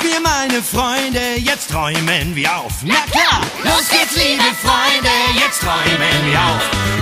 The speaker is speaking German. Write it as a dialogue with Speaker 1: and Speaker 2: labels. Speaker 1: wir, meine Freunde, jetzt träumen wir auf. Na klar, los geht's, liebe Freunde, jetzt träumen wir auf. Genau, Genau,